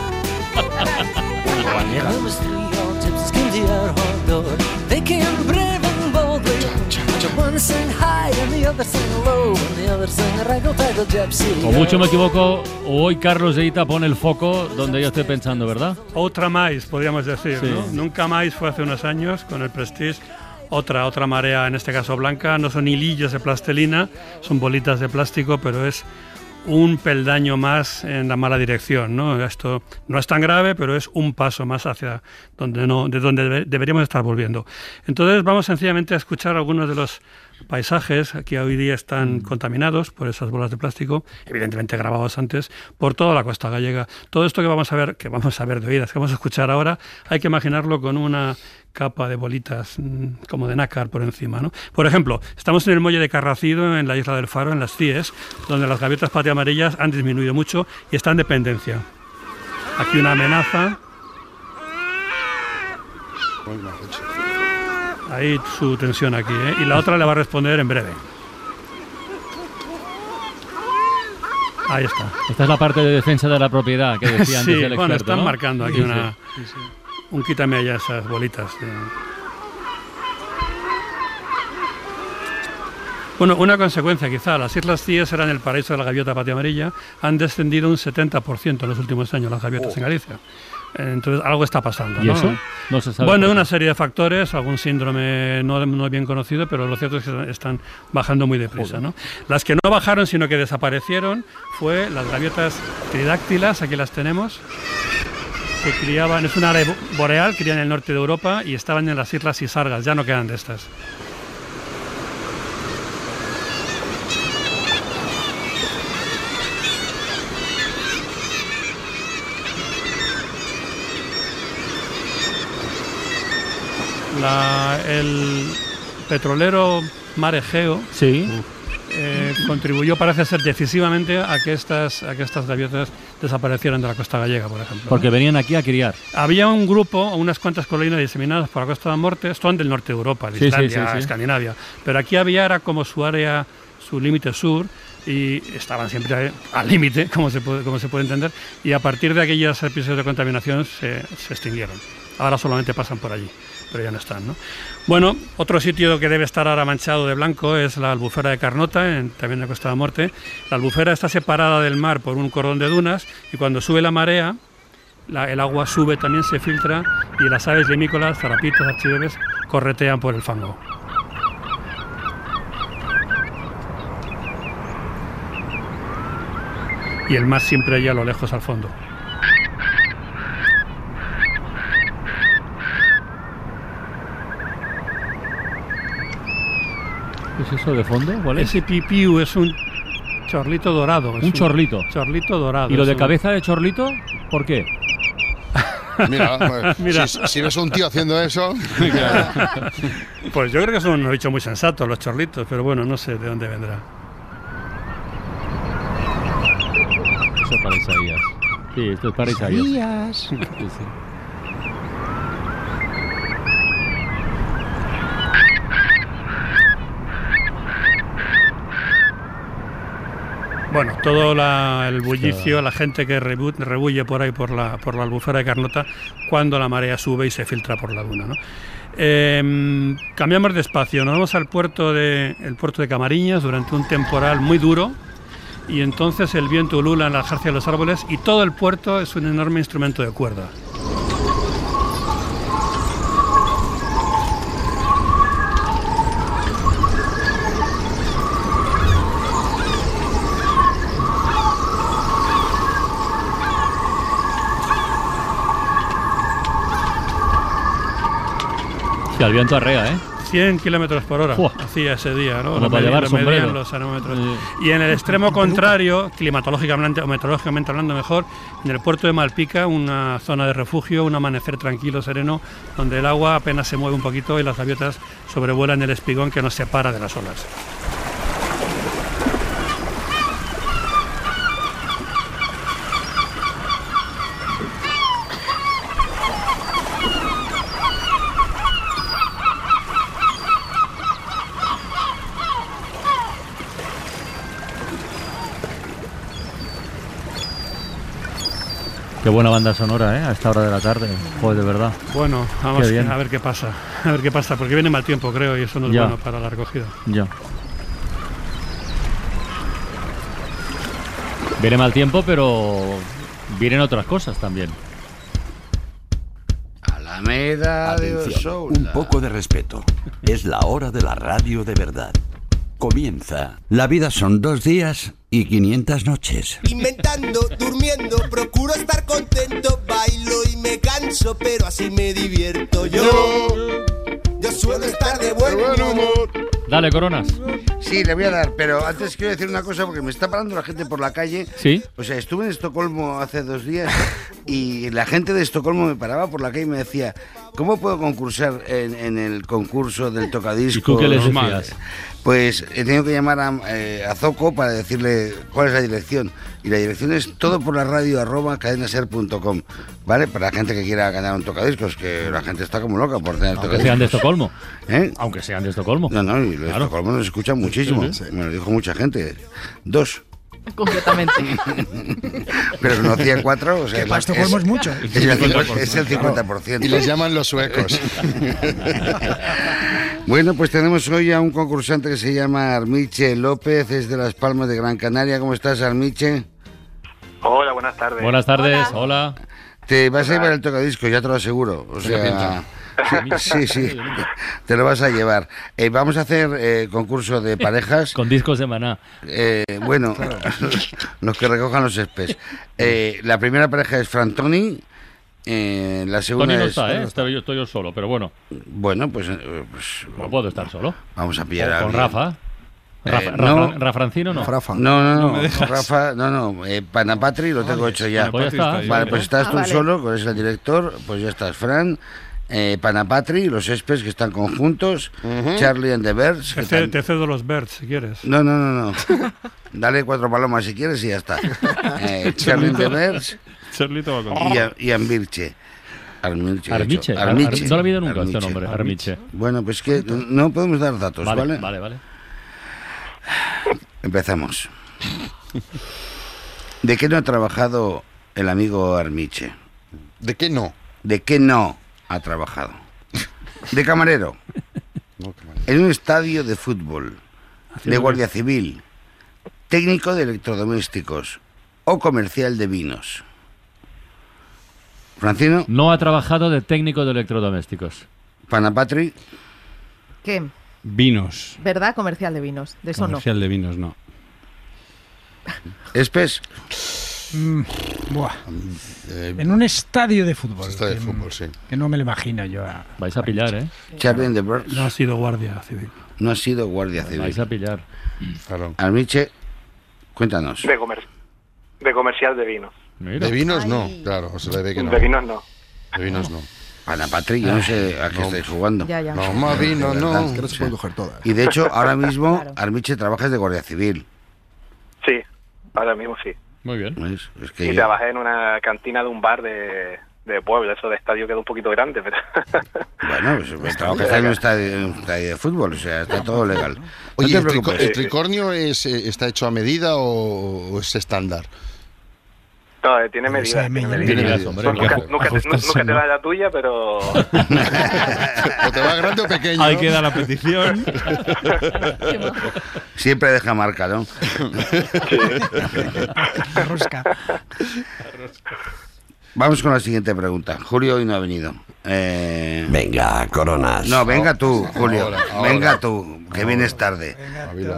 Guarniera.
Tips came to your hall door. They came brave and boldly. One sang high and the other sang low and the other sang raggle-tigle gypsy.
O mucho me equivoco, o hoy Carlos de Ita pone el foco donde yo estoy pensando, ¿verdad?
Otra más, podríamos decir,
Sí.
¿no? Nunca más fue hace unos años con el Prestige. Otra, otra marea, en este caso blanca, no son hilillos de plastilina, son bolitas de plástico, pero es un peldaño más en la mala dirección. ¿no? Esto no es tan grave, pero es un paso más hacia donde no, de donde debe- deberíamos estar volviendo. Entonces vamos sencillamente a escuchar algunos de los paisajes que hoy día están contaminados por esas bolas de plástico, evidentemente grabados antes, por toda la costa gallega. Todo esto que vamos a ver, que vamos a ver de oídas, que vamos a escuchar ahora, hay que imaginarlo con una capa de bolitas mm, como de nácar por encima. ¿no? Por ejemplo, estamos en el muelle de Carracido, en la isla del Faro, en las Cies, donde las gaviotas patiamarillas han disminuido mucho y están en dependencia. Aquí una amenaza. Ahí su tensión aquí, ¿eh? Y la otra le va a responder en breve. Ahí está.
Esta es la parte de defensa de la propiedad que decía antes
Sí,
el experto,
bueno, están
¿no?
marcando aquí
Sí, sí.
una, un quítame allá esas bolitas. eh. Bueno, una consecuencia quizá, las Islas Cíes eran el paraíso de la gaviota patiamarilla, han descendido un 70% en los últimos años las gaviotas en Galicia. Eh, Entonces algo está pasando.
Oh. ¿Y
¿no?
eso? No se sabe
Bueno,
por
una serie de factores, algún síndrome no, no bien conocido, pero lo cierto es que están bajando muy deprisa.
Joder.
¿no? Las que no bajaron, sino que desaparecieron, fue las gaviotas tridáctilas, aquí las tenemos que criaban, es una área bo- boreal, crían en el norte de Europa y estaban en las islas Isargas, ya no quedan de estas. La- el petrolero Mar Egeo eh, contribuyó, parece ser, decisivamente a que estas, a que estas gaviotas desaparecieran de la costa gallega, por ejemplo.
Porque venían aquí a criar.
Había un grupo, o unas cuantas colinas diseminadas por la costa de la Morte, son del norte de Europa, de
Sí, sí,
Islandia,
sí, sí.
Escandinavia, pero aquí había era como su área, su límite sur, y estaban siempre al límite, como se, puede, como se puede entender, y a partir de aquellos episodios de contaminación se, se extinguieron. Ahora solamente pasan por allí, pero ya no están. ¿no? Bueno, otro sitio que debe estar ahora manchado de blanco es la albufera de Carnota, en- también en la Costa de la Morte. La albufera está separada del mar por un cordón de dunas y cuando sube la marea, la- el agua sube, también se filtra y las aves limícolas, zarapitos, archibebes, corretean por el fango. Y el mar siempre allá a lo lejos al fondo.
¿Qué es eso de fondo? ¿Cuál es?
Ese pipiu es un chorlito dorado. es
Un chorlito.
Chorlito dorado.
¿Y lo
es
de
un-
cabeza de chorlito? ¿Por qué?
Mira,
bueno,
Mira.
pues, Si, si ves a un tío haciendo eso.
Pues yo creo que son unos bichos muy sensatos los chorlitos, pero bueno, no sé de dónde vendrá.
Eso es para Isaías. Sí, esto es para Isaías.
Isaías.
Sí, sí.
Bueno, todo la- el bullicio, la gente que rebu- rebulle por ahí por la, por la albufera de Carnota cuando la marea sube y se filtra por la duna. ¿no? Em, cambiamos de espacio, nos vamos al puerto de, el puerto de Camariñas durante un temporal muy duro y entonces el viento ulula en la jarcia de los árboles y todo el puerto es un enorme instrumento de cuerda.
Sí, al viento arrea, ¿eh?
100 kilómetros por hora
Buah.
hacía ese día, ¿no?
Como
Lo
para
medían-
llevar
lo medían
sombrero.
los anemómetros. Y en el extremo contrario, climatológicamente o meteorológicamente hablando mejor, en el puerto de Malpica, una zona de refugio, un amanecer tranquilo, sereno, donde el agua apenas se mueve un poquito y las gaviotas sobrevuelan el espigón que nos separa de las olas.
Qué buena banda sonora, ¿eh? A esta hora de la tarde. Joder, de verdad.
Bueno, vamos
Qué bien.
a ver qué pasa. A ver qué pasa, porque viene mal tiempo, creo, y eso no es
Ya.
bueno para la recogida.
Ya. Viene mal tiempo, pero vienen otras cosas también.
Alameda de
Atención,
Osou.
un poco de respeto. Es la hora de la radio de verdad. Comienza. La vida son dos días y 500 noches.
Inventando, durmiendo, procuro estar contento, bailo y me canso, pero así me divierto yo. Yo suelo estar de buen humor.
Dale, coronas.
Sí, le voy a dar, pero antes quiero decir una cosa porque me está parando la gente por la calle.
Sí.
O sea, estuve en Estocolmo hace dos días y la gente de Estocolmo me paraba por la calle y me decía, ¿cómo puedo concursar en, en el concurso del tocadiscos?
¿Y tú qué les decías?
Pues he tenido que llamar a, eh, a Zoco para decirle cuál es la dirección. Y la dirección es todo por la radio arroba cadenaser.com, ¿vale? Para la gente que quiera ganar un tocadiscos, que la gente está como loca por tener
Aunque
tocadiscos.
sean de Estocolmo.
¿Eh?
Aunque sean de Estocolmo.
No, no, y los de Estocolmo nos escuchan muchísimo.
Sí, sí.
Me lo dijo mucha gente. Dos.
Completamente.
Pero no hacía cuatro. O sea,
Que para Estocolmo es mucho.
Es el, cincu- es el 50%.
Y les llaman los suecos.
Bueno, pues tenemos hoy a un concursante que se llama Armiche López, es de Las Palmas de Gran Canaria. ¿Cómo estás, Armiche?
Hola, buenas tardes.
Buenas tardes, hola.
Te vas a llevar el tocadisco, ya te lo aseguro. O
Me lo
sea,
pinto.
sí, sí, te lo vas a llevar. Eh, vamos a hacer eh, concurso de parejas. Eh,
Con discos de maná.
bueno,
Claro.
los que recojan los espes. Eh, la primera pareja es Frantoni. Eh, la segunda
Tony no
es.
está, ¿eh? Estoy yo, estoy yo solo, pero bueno,
Bueno, pues, eh, pues
no puedo estar solo.
vamos a
Con-
pillar a
con
alguien.
Rafa.
Eh,
Rafa,
no.
Rafa- Rafrancino, no.
No, no, no.
me dejas.
Rafa, no, no. eh, Panapatri lo tengo hecho ya.
Panapatri Pues ya está. está ahí,
Vale,
¿no?
pues estás
Ah,
tú
vale.
solo, que eres el director, pues ya estás Fran. eh, Panapatri, los Espes que están conjuntos, Charlie and the Birds. que
Te,
están-
Este te cedo los birds si quieres.
No, no, no, no. Dale cuatro palomas si quieres y ya está. Eh, Charlie and the Birds
Charlito va
contigo.
y, a- y Ambirche. Armiche.
Armiche,
he dicho.
Ar- Ar- no lo he oído nunca este
Armiche.
nombre, Armiche.
Bueno, pues que no podemos dar datos,
Vale,
Pues
vale,
¿vale?
vale.
Empezamos. ¿De qué no ha trabajado el amigo Armiche?
¿De qué no?
¿De qué no ha trabajado? De camarero. En un estadio de fútbol. De
qué?
guardia civil. Técnico de electrodomésticos. O comercial de vinos. Francino.
No ha trabajado de técnico de electrodomésticos.
Panapatri.
¿Qué?
Vinos.
¿Verdad? Comercial de vinos. De eso
Comercial de vinos, no.
¿Espes? Mm, eh,
En un estadio de fútbol.
Estadio de
que-
fútbol, sí.
Que no me lo imagino yo. ah. a-
Vais a pillar, ¿eh?
Charlie and the Birds.
No ha sido guardia civil.
No ha sido guardia civil.
Vais a pillar.
Armiche, cuéntanos.
De, comer- de comercial de vino.
De vinos no, claro, se le ve que no.
De vinos no.
De vinos no.
Panapatri, yo no sé a qué estáis jugando.
Ya, ya.
No, más vino,
De
no.
verdad.
Que no se pueden coger
todas.
Y de hecho, ahora mismo, Armiche, trabajas de guardia civil.
Sí, ahora mismo sí.
Muy bien.
¿Ves? Es que
Y
yo-
trabajé en una cantina de un bar de, de pueblo. Eso de estadio queda un poquito grande, pero...
Bueno, pues, pues, trabajas en un estadio, en un estadio de fútbol, o sea, está todo legal. No
Oye,
te
¿el, trico-
preocupes.
el tricornio es, eh, está hecho a medida o, o es estándar?
No, eh, tiene medidas. Tiene
Tiene
medidas.
medidas, hombre,
Nunca-
claro.
nunca te-
Ajustarse,
Nunca te
¿no?
da la tuya, pero...
¿O te va grande o pequeño?
Ahí queda
la petición.
Siempre deja marca, ¿no? Vamos con la siguiente pregunta. Julio hoy no ha venido. Eh,
Venga, coronas.
No, venga tú, Julio.
Ahora, ahora.
venga tú, que vienes tarde.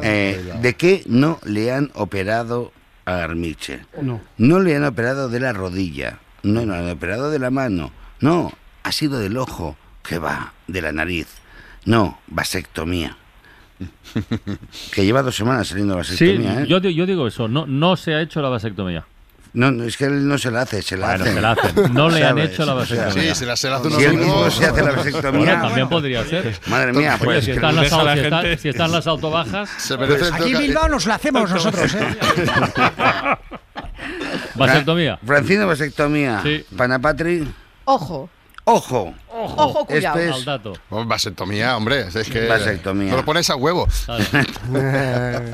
Eh, ¿De qué no le han operado a Armiche?
No.
No le han operado de la rodilla. No le han operado de la mano. No, ha sido del ojo. Que va, de la nariz. No, vasectomía. que lleva dos semanas saliendo
Sí,
vasectomía, ¿eh?
yo, di- yo digo eso. No, no se ha hecho la vasectomía.
No, no, es que él no se la hace, se la
Bueno,
hace.
se la hacen. No le han hecho la vasectomía.
Sí, se la- se la hace uno
Si él
solo.
mismo se hace la vasectomía...
Bueno, también podría ser.
Madre mía,
Oye,
pues...
si,
que
están las,
nos deja la
au- si está-
gente-
si están las autobajas.
merece
Aquí en Bilbao nos la hacemos nosotros, ¿eh?
Vasectomía.
Fra- Francino, vasectomía. Panapatri,
Ojo.
ojo.
Ojo, cuidado.
Espes.
Oh, Vasectomía, hombre. Es que
Vasectomía.
No lo pones a huevo.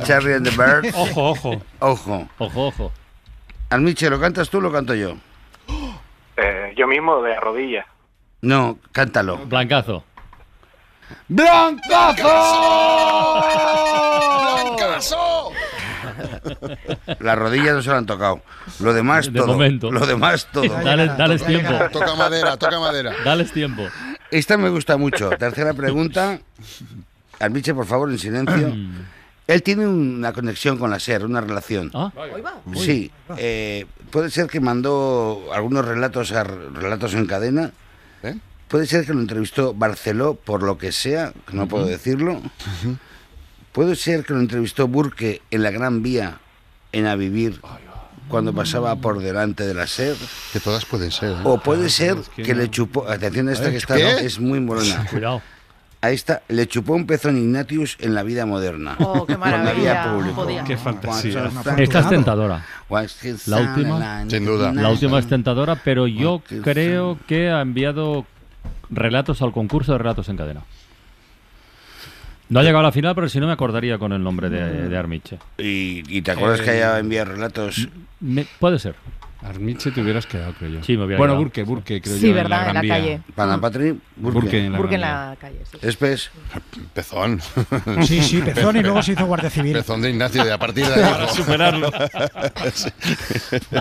Charlie and the Birds.
Ojo, ojo.
Ojo.
Ojo, ojo.
Almiche, ¿lo cantas tú o lo canto yo?
Eh, yo mismo de rodillas.
No, cántalo.
Blancazo. ¡Oh!
¡Blancazo! Las rodillas no se lo han tocado. Lo demás
De
todo.
momento.
Lo demás todo.
Dale- dales
Toca-
tiempo.
Toca madera, toca madera.
Dales tiempo.
Esta me gusta mucho. Tercera pregunta. Almiche, por favor, en silencio.
Mm.
Él tiene una conexión con la SER, una relación.
Ah.
Sí. eh, puede ser que mandó algunos relatos a relatos en cadena.
¿Eh?
Puede ser que lo entrevistó Barceló, por lo que sea, que no puedo
Ujú.
decirlo. Puede ser que lo entrevistó Burke en la Gran Vía, en A Vivir, cuando pasaba por delante de la SER.
Que todas pueden ser. ¿eh?
O puede ser
que
que
no.
le chupó. Atención a esta
¿Eh?
que está,
¿Qué?
¿no? es muy morena.
Cuidado.
A esta le chupó un pezón Ignatius en la vida moderna.
Oh, qué
Cuando había
maravilla, no
público.
podía. Qué fantasía.
Cuando
Esta
está-
es tentadora.
Cuando está-
La última. La última es tentadora, pero yo creo que ha enviado relatos al concurso de relatos en cadena. No ha llegado a la final, pero si no me acordaría con el nombre de, de Armiche. Eh,
¿Y, y te acuerdas que haya enviado relatos?
Me- puede ser.
Armiche te hubieras quedado, creo yo.
Sí, me hubiera
Bueno,
quedado.
Burke, Burke, creo
Sí,
yo.
verdad, en la
Gran Vía.
calle.
Panapatri, Burke.
Burke en la
Porque en
Gran Vía.
la calle, sí.
Espes.
Pezón.
Sí, sí, pezón y luego se hizo guardia civil.
Pezón de Ignacio, de a partir de ahí.
Para
superarlo.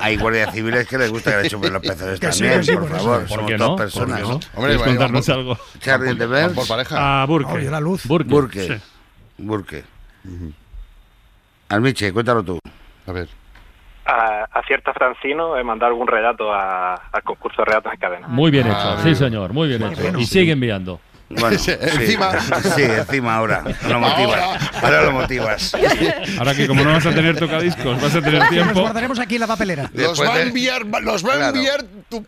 Hay guardias civiles que les gusta que le chupen los pezones
Que sí,
también,
que sí,
por
por eso.
favor.
¿Por
Somos
qué
dos
no? ¿Por
personas.
qué no? Hombre, ¿Quieres vaya, contarnos vamos. algo?
Charlie
Van
de
por-
Berg.
van por pareja. Pues
A Burke.
Oye, la luz.
Ah, Burke. Burke.
Sí.
Burke. Almiche, cuéntalo tú.
A ver.
A, a cierta Francino he mandado algún relato a- al concurso de relatos en cadena.
Muy bien hecho,
Ah,
sí
amigo.
señor, muy bien
Bueno,
hecho.
bueno.
y sigue enviando.
Bueno, sí,
Encima.
Sí, encima ahora. Lo motivas. Ahora lo motivas.
Ahora que como no vas a tener
Pues
tocadiscos, vas a tener
Nos
tiempo.
guardaremos aquí en la papelera.
Los
Después
va a
de-
enviar, los va a
Claro.
enviar tu.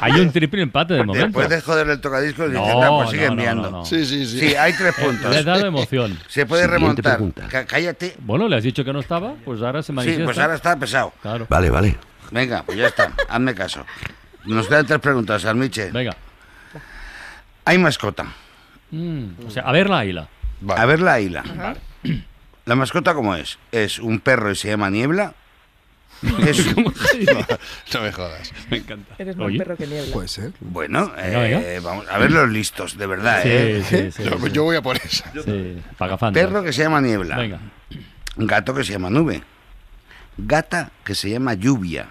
Hay un triple empate de momento.
Después de joder el tocadiscos, dices,
No,
"Ah, pues
no,
sigue
no,
enviando.
no, no.
Sí, sí, sí.
Sí, hay tres puntos.
Eh, Le he dado emoción.
Se puede
Siguiente
remontar.
pregunta.
Ca- Cállate.
Bueno, le has dicho que no estaba, pues ahora se manifiesta.
Sí, pues ahora está pesado.
Claro.
Vale, vale.
Venga, pues ya está. Hazme caso. Nos quedan tres preguntas, Almiche.
Venga.
Hay mascota.
Mm, o sea, a ver la Aila.
A ver la isla. ¿La mascota cómo es? ¿Es un perro y se llama Niebla? Es...
No me jodas.
Me encanta.
Eres más
Oye.
perro que niebla.
Puede ser.
Bueno,
Venga,
eh,
venga.
vamos a ver los listos, de verdad.
Sí,
¿eh?
sí, sí, Yo- sí. yo
voy a por eso.
Sí, Pagafantas.
Perro que se llama Niebla.
Venga.
Gato que se llama Nube. Gata que se llama Lluvia.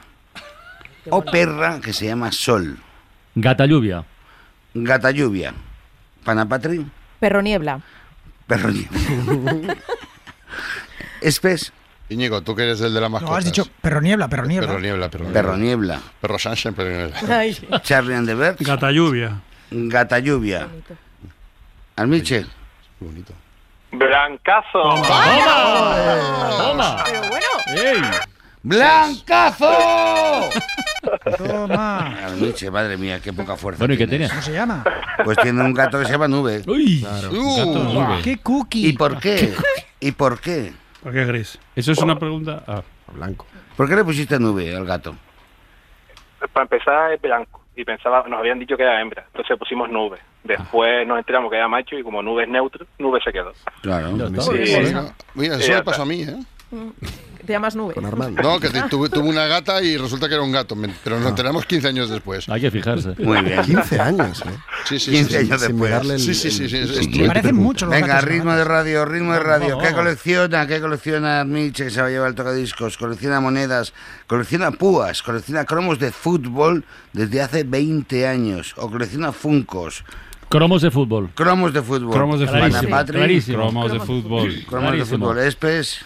O perra que se llama Sol.
Gata lluvia.
Gata Lluvia. Panapatri.
Perro niebla.
Perro Niebla. Espes.
Íñigo, tú que eres el de las mascotas.
No, has dicho perro niebla, perro niebla.
Perro niebla, perro niebla.
Perro Niebla.
Perro Sunshine, perro niebla.
Charlie and the Birds.
Gata lluvia.
Gata Lluvia. Almiche.
Bonito.
¡Blancazo!
¡Toma! ¡Ey!
¡Blancazo!
Toma.
Almiche, madre mía, qué poca fuerza.
Bueno, ¿y qué
tienes.
tiene?
¿Cómo se llama?
Pues tiene un gato que se llama Nube.
¡Uy!
Uh,
Gato nube.
¡Qué cookie!
¿Y por qué? ¿Y por qué?
¿Por qué gris?
Eso es una pregunta. ah,
Blanco.
¿Por qué le pusiste Nube al gato?
Para empezar es blanco y pensaba, nos habían dicho que era hembra, entonces pusimos nube. Después nos enteramos que era macho y como nube es neutro, nube se quedó.
Claro.
Ya está.
Sí.
Mira, mira,
Sí,
eso
ya
me pasó a mí, ¿eh?
Te llamas nube.
Armando.
No, que te- tuve, tuve una gata y resulta que era un gato, me- pero nos enteramos 15 años después.
Hay que fijarse.
Muy bien.
15 años, ¿eh?
Sí, sí, sí.
15
sí.
años
Sin
después.
mirarle el-
Pues, Sí, sí, sí, sí,
el-
es- es-
el-
Parecen mucho los
Venga,
gatos, ¿no?
ritmo de radio, ritmo de radio.
vamos,
¿Qué
vamos.
colecciona? ¿Qué colecciona Nietzsche que se va a llevar el tocadiscos? Colecciona monedas, colecciona púas, colecciona cromos de fútbol desde hace 20 años. O colecciona funcos,
Cromos de fútbol.
cromos de fútbol.
Cromos de fútbol.
Ana Patri,
Clarísimo.
Cromos de fútbol.
Cromos de
Clarísimo.
fútbol. Espes,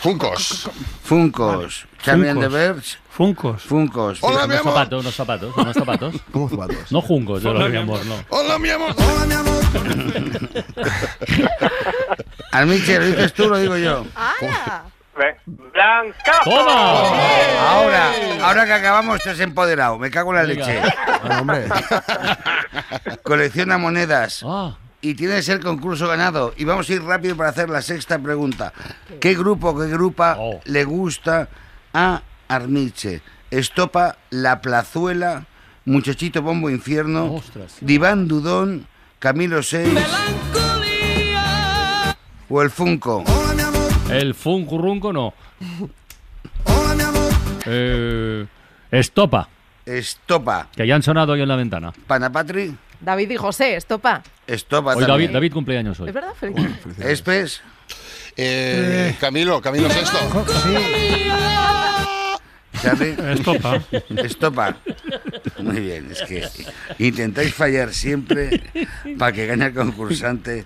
Funcos.
funcos. Charlie and the Birds,
Funcos.
funcos.
Hola, mi
Unos
amor.
zapatos, unos zapatos, unos zapatos.
¿Cómo zapatos?
No juncos, yo lo mi amor, no.
Hola, mi amor. Hola, mi amor.
Almiche, ¿lo dices tú o lo digo yo?
Ven, ¡Blancazo!
¡Toma!
Ahora, ahora que acabamos, te has empoderado. Me cago en la
Venga.
leche.
No, hombre.
Colecciona monedas.
Ah,
Y tienes el concurso ganado. Y vamos a ir rápido para hacer la sexta pregunta. ¿Qué grupo, qué grupa
Oh.
le gusta a Armiche? Estopa, La Plazuela, Muchachito Bombo Infierno,
Ostras.
Diván Dudón, Camilo 6 o el Funko.
el funcurrunco no. Hola, mi amor. Eh, estopa.
Estopa.
Que ya han sonado hoy en la ventana.
Panapatri.
David y José, estopa.
Estopa
Hoy David,
también.
David cumpleaños hoy.
¿Es verdad? Feliz-
Espes.
Eh, Camilo, Camilo Sexto.
Charlie.
Estopa.
Estopa. Muy bien, es que intentáis fallar siempre para que gane el concursante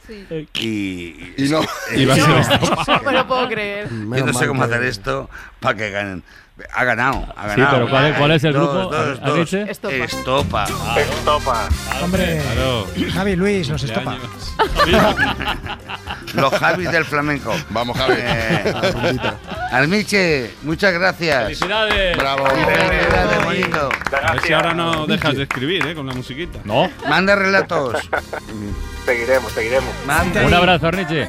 y,
Y no.
y-
Y va a ser
No,
estopa.
No me lo puedo creer.
Yo no
Menos
sé
mal
cómo
que-
hacer esto para que ganen. Ha ganado, ha
Sí,
ganado.
pero ¿cuál es- cuál es el
Dos,
grupo?
dos,
¿Ha- ha
dos.
dicho?
Estopa.
Estopa. Ah.
Estopa.
Hombre, Javi Luis nos estopa.
Los Javis del flamenco. Eh,
Vamos, Javi.
Almiche, muchas gracias.
¡Felicidades!
¡Bravo!
¡Felicidades, bonito!
A ver si ahora no dejas de escribir, ¿eh? Con la musiquita.
No.
Manda relatos.
Seguiremos, seguiremos.
Un abrazo, Arniche.